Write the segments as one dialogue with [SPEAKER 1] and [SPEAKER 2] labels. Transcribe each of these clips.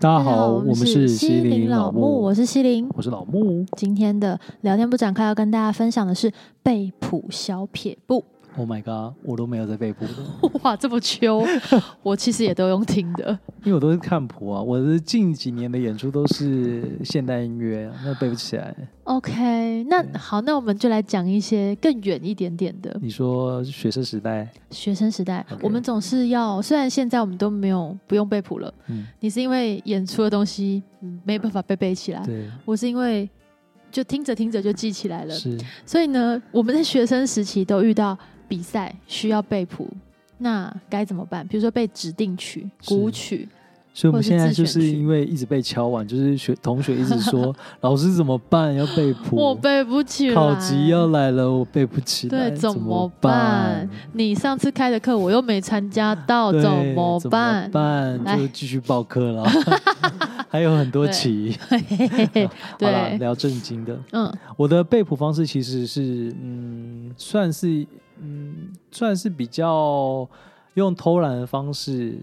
[SPEAKER 1] 大
[SPEAKER 2] 大
[SPEAKER 1] 家好，
[SPEAKER 2] 我
[SPEAKER 1] 我们是
[SPEAKER 2] 是
[SPEAKER 1] 西林
[SPEAKER 2] 林
[SPEAKER 1] 老
[SPEAKER 2] 木，
[SPEAKER 1] 木
[SPEAKER 2] 我，是西林。
[SPEAKER 1] 我是老木。
[SPEAKER 2] 今天的聊天不展开，要跟大家分享的是被捕小撇步。
[SPEAKER 1] Oh my god，我都没有在背谱的，
[SPEAKER 2] 哇，这么秋，我其实也都用听的。
[SPEAKER 1] 因为我都是看谱啊。我的近几年的演出都是现代音乐，那背不起来。
[SPEAKER 2] OK，那
[SPEAKER 1] 对
[SPEAKER 2] 好，那我们就来讲一些更远一点点的
[SPEAKER 1] 你说学生时代，
[SPEAKER 2] 学生时代。
[SPEAKER 1] OK
[SPEAKER 2] 我们总是要，虽然现在我们都没有不用被谱了，
[SPEAKER 1] 嗯，
[SPEAKER 2] 你是因为演出的东西嗯没办法被背起来，
[SPEAKER 1] 对，
[SPEAKER 2] 我是因为就听着听着就记起来了。
[SPEAKER 1] 是
[SPEAKER 2] 所以呢，我们在学生时期都遇到比赛需要背谱，那该怎么办？比如说被指定曲、
[SPEAKER 1] 是
[SPEAKER 2] 古曲，
[SPEAKER 1] 所以我们现在就
[SPEAKER 2] 或者是自
[SPEAKER 1] 是
[SPEAKER 2] 选曲
[SPEAKER 1] 因为一直被敲碗，就是学同学一直 说老师怎么办，要背谱，
[SPEAKER 2] 我背不起来。
[SPEAKER 1] 考级啊要来了，我背不起来，
[SPEAKER 2] 对
[SPEAKER 1] 怎
[SPEAKER 2] 怎
[SPEAKER 1] 么
[SPEAKER 2] 么
[SPEAKER 1] 办
[SPEAKER 2] 办？你上次开的课我又没参加到，
[SPEAKER 1] 对
[SPEAKER 2] 怎么
[SPEAKER 1] 怎
[SPEAKER 2] 办？
[SPEAKER 1] 办？
[SPEAKER 2] 来
[SPEAKER 1] 就继续报课了， 还有很多期。
[SPEAKER 2] 嘿嘿嘿
[SPEAKER 1] 好啦，
[SPEAKER 2] 对，
[SPEAKER 1] 聊正经的。
[SPEAKER 2] 嗯，
[SPEAKER 1] 我的背谱方式其实是，嗯，算是，嗯，算是比较用偷懒的方式，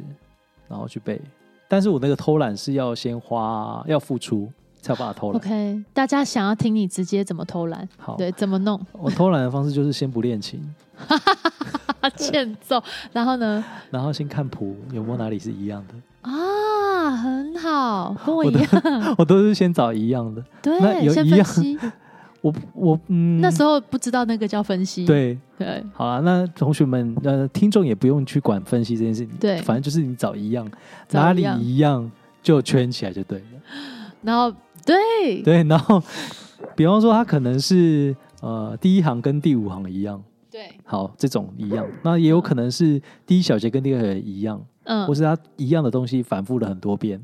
[SPEAKER 1] 然后去背。但是我那个偷懒是要先花，要付出才有办法偷懒。
[SPEAKER 2] OK，大家想要听你直接怎么偷懒，
[SPEAKER 1] 好，
[SPEAKER 2] 对，怎么弄，
[SPEAKER 1] 我偷懒的方式就是先不练琴，
[SPEAKER 2] 啊，欠揍。然后呢，
[SPEAKER 1] 然后先看谱有没有哪里是一样的。
[SPEAKER 2] 啊，很好，跟我
[SPEAKER 1] 我
[SPEAKER 2] 一
[SPEAKER 1] 的
[SPEAKER 2] 样，
[SPEAKER 1] 我都是先找一样的。那
[SPEAKER 2] 对，
[SPEAKER 1] 有
[SPEAKER 2] 先
[SPEAKER 1] 一
[SPEAKER 2] 分
[SPEAKER 1] 样嗯
[SPEAKER 2] 析。
[SPEAKER 1] 我我嗯，
[SPEAKER 2] 那时候不知道那个叫分析，
[SPEAKER 1] 对
[SPEAKER 2] 对
[SPEAKER 1] 好啦，那同学们，呃，听众也不用去管分析这件事情，
[SPEAKER 2] 对
[SPEAKER 1] 反正就是你找一样，
[SPEAKER 2] 找
[SPEAKER 1] 哪里
[SPEAKER 2] 一样
[SPEAKER 1] 一样就圈起来就对了。
[SPEAKER 2] 嗯然后对
[SPEAKER 1] 对，然后比方说它可能是呃第一行跟第五行一样，
[SPEAKER 2] 对，
[SPEAKER 1] 好，这种一样，那也有可能是第一小节跟第二小节一样，
[SPEAKER 2] 嗯
[SPEAKER 1] 或，是它一样的东西反复了很多遍。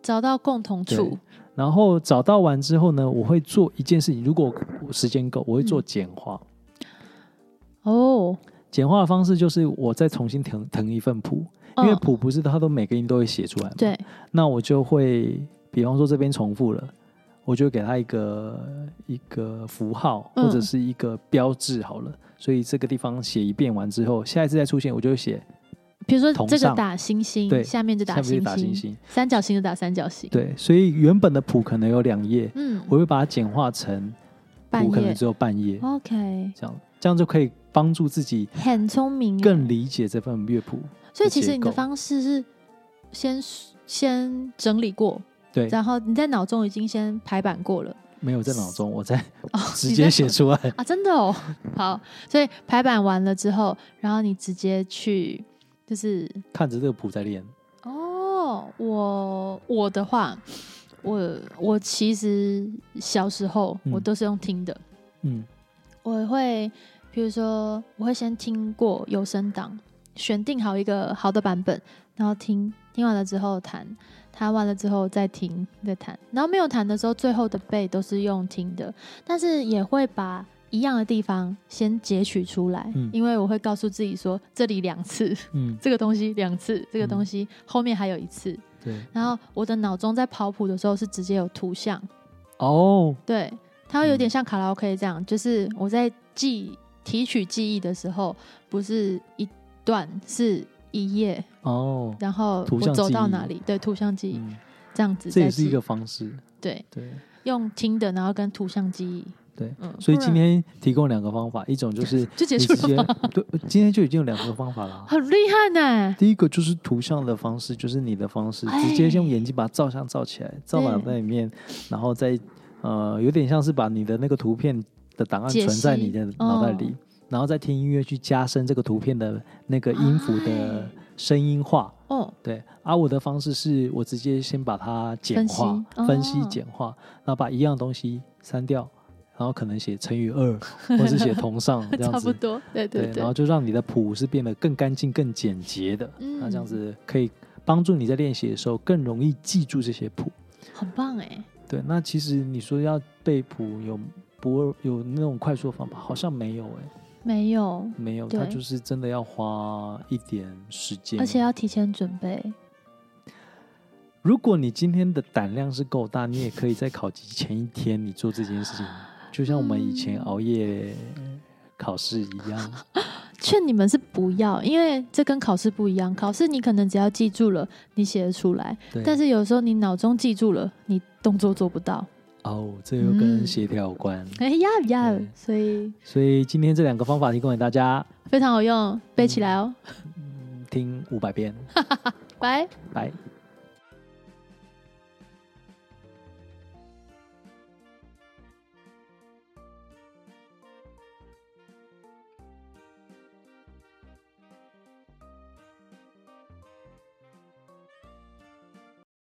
[SPEAKER 2] 找到共同处
[SPEAKER 1] 对，然后找到完之后呢，我会做一件事情，如果我时间够，我会做简
[SPEAKER 2] 嗯
[SPEAKER 1] 化。
[SPEAKER 2] 哦，
[SPEAKER 1] 简化的方式就是我再重新腾腾一份谱，因为
[SPEAKER 2] 嗯
[SPEAKER 1] 谱不是它都每个音都会写出来嘛。
[SPEAKER 2] 对，
[SPEAKER 1] 那我就会，比方说这边重复了，我就给它一个一个符号
[SPEAKER 2] 嗯
[SPEAKER 1] 或者是一个标志好了。所以这个地方写一遍完之后，下一次再出现，我就会写
[SPEAKER 2] 比如说
[SPEAKER 1] 同
[SPEAKER 2] 这个
[SPEAKER 1] 上
[SPEAKER 2] 打星
[SPEAKER 1] 对
[SPEAKER 2] 星，下面就
[SPEAKER 1] 下
[SPEAKER 2] 打
[SPEAKER 1] 面就
[SPEAKER 2] 星
[SPEAKER 1] 打星
[SPEAKER 2] 星，嗯
[SPEAKER 1] 星。
[SPEAKER 2] 三角形就打三角形，
[SPEAKER 1] 对，所以原本的谱可能有两页，
[SPEAKER 2] 嗯，
[SPEAKER 1] 我会把它简化成
[SPEAKER 2] 半哦
[SPEAKER 1] 谱可能
[SPEAKER 2] 夜
[SPEAKER 1] 只有半页，
[SPEAKER 2] ，OK，
[SPEAKER 1] 这样这样就可以帮助自己
[SPEAKER 2] 很聪明耶，
[SPEAKER 1] 更理解这份乐谱。
[SPEAKER 2] 所以其
[SPEAKER 1] 结
[SPEAKER 2] 实你的
[SPEAKER 1] 构
[SPEAKER 2] 方式是先先整理过，
[SPEAKER 1] 对，
[SPEAKER 2] 然后你在脑中已经先排版过了
[SPEAKER 1] 没有在脑中，我在
[SPEAKER 2] 哦，
[SPEAKER 1] 直
[SPEAKER 2] 你
[SPEAKER 1] 接
[SPEAKER 2] 在
[SPEAKER 1] 写出来。
[SPEAKER 2] 啊，真的 哦，好，所以排版完了之后，然后你直接去就是
[SPEAKER 1] 看着这个谱在练。
[SPEAKER 2] 哦，我我的话，我我其实小时候
[SPEAKER 1] 嗯
[SPEAKER 2] 我都是用听的，
[SPEAKER 1] 嗯，
[SPEAKER 2] 我会比如说我会先听过有声档，选定好一个好的版本，然后听听完了之后弹，弹完了之后再听再弹，然后没有弹的时候，最后的背都是用听的，但是也会把。一样的地方先截取出来，
[SPEAKER 1] 嗯
[SPEAKER 2] 因为我会告诉自己说，这里两次，
[SPEAKER 1] 嗯，
[SPEAKER 2] 这个东西两次，这个
[SPEAKER 1] 嗯
[SPEAKER 2] 东西、后面还有一次，
[SPEAKER 1] 对。
[SPEAKER 2] 然后我的脑中在跑谱的时候是直接有图像，
[SPEAKER 1] 哦，
[SPEAKER 2] 对，它会有点像卡拉 OK 这样，就是我在记提取记忆的时候，不是一段是一页，
[SPEAKER 1] 哦，
[SPEAKER 2] 然后
[SPEAKER 1] 图像
[SPEAKER 2] 我走
[SPEAKER 1] 记
[SPEAKER 2] 到
[SPEAKER 1] 忆
[SPEAKER 2] 哪里，对，图像记忆、
[SPEAKER 1] 嗯，
[SPEAKER 2] 这样子
[SPEAKER 1] 这
[SPEAKER 2] 在
[SPEAKER 1] 也是一
[SPEAKER 2] 记，
[SPEAKER 1] 个方式，
[SPEAKER 2] 对，
[SPEAKER 1] 对
[SPEAKER 2] 用听的，然后跟图像记忆，
[SPEAKER 1] 对。
[SPEAKER 2] 嗯，
[SPEAKER 1] 所以
[SPEAKER 2] 不
[SPEAKER 1] 今
[SPEAKER 2] 然
[SPEAKER 1] 天提供两个方法，一种就是
[SPEAKER 2] 就结
[SPEAKER 1] 你
[SPEAKER 2] 束
[SPEAKER 1] 直
[SPEAKER 2] 了
[SPEAKER 1] 接
[SPEAKER 2] 吗，
[SPEAKER 1] 对，今天就已经有两个方法了啊。
[SPEAKER 2] 很厉害呢，
[SPEAKER 1] 第一个就是图像的方式，就是你的方式，直接
[SPEAKER 2] 哎
[SPEAKER 1] 用眼睛把照相照起来，照脑袋里面，然后再呃，有点像是把你的那个图片的档案
[SPEAKER 2] 解析
[SPEAKER 1] 存在你的脑袋里
[SPEAKER 2] 嗯，
[SPEAKER 1] 然后再听音乐去加深这个图片的那个音符的
[SPEAKER 2] 哎
[SPEAKER 1] 声音化。
[SPEAKER 2] 哦，
[SPEAKER 1] 对，而、我的方式是我直接先把它简化、
[SPEAKER 2] 分析
[SPEAKER 1] 分析、
[SPEAKER 2] 哦
[SPEAKER 1] 简化，然后把一样东西删掉，然后可能写乘以 二，或是写同上这样
[SPEAKER 2] 差
[SPEAKER 1] 子。
[SPEAKER 2] 不多，对对
[SPEAKER 1] 然后就让你的谱是变得更干净、更简洁的。
[SPEAKER 2] 嗯
[SPEAKER 1] 那这样子可以帮助你在练习的时候更容易记住这些谱。
[SPEAKER 2] 很棒哎，
[SPEAKER 1] 对，那其实你说要背谱有不有那种快速的方法，好像没有哎、
[SPEAKER 2] 没有，
[SPEAKER 1] 没有，它
[SPEAKER 2] 对
[SPEAKER 1] 就是真的要花一点时间，
[SPEAKER 2] 而且要提前准备，
[SPEAKER 1] 如果你今天的胆量是够大，你也可以在考级前一天你 做这件事情，就像我们以前熬夜考试一样。
[SPEAKER 2] 劝你们是不要，因为这跟考试不一样。考试你可能只要记住了，你写得出来，
[SPEAKER 1] 对，
[SPEAKER 2] 但是有时候你脑中记住了，你动作做不到。
[SPEAKER 1] 哦，这又跟
[SPEAKER 2] 嗯
[SPEAKER 1] 协调有关，
[SPEAKER 2] 哎呀呀
[SPEAKER 1] 对，
[SPEAKER 2] 所以
[SPEAKER 1] 所以今天这两个方法提供给大家，
[SPEAKER 2] 非常有用，背起来哦，
[SPEAKER 1] 听五百遍，
[SPEAKER 2] 拜。
[SPEAKER 1] 拜。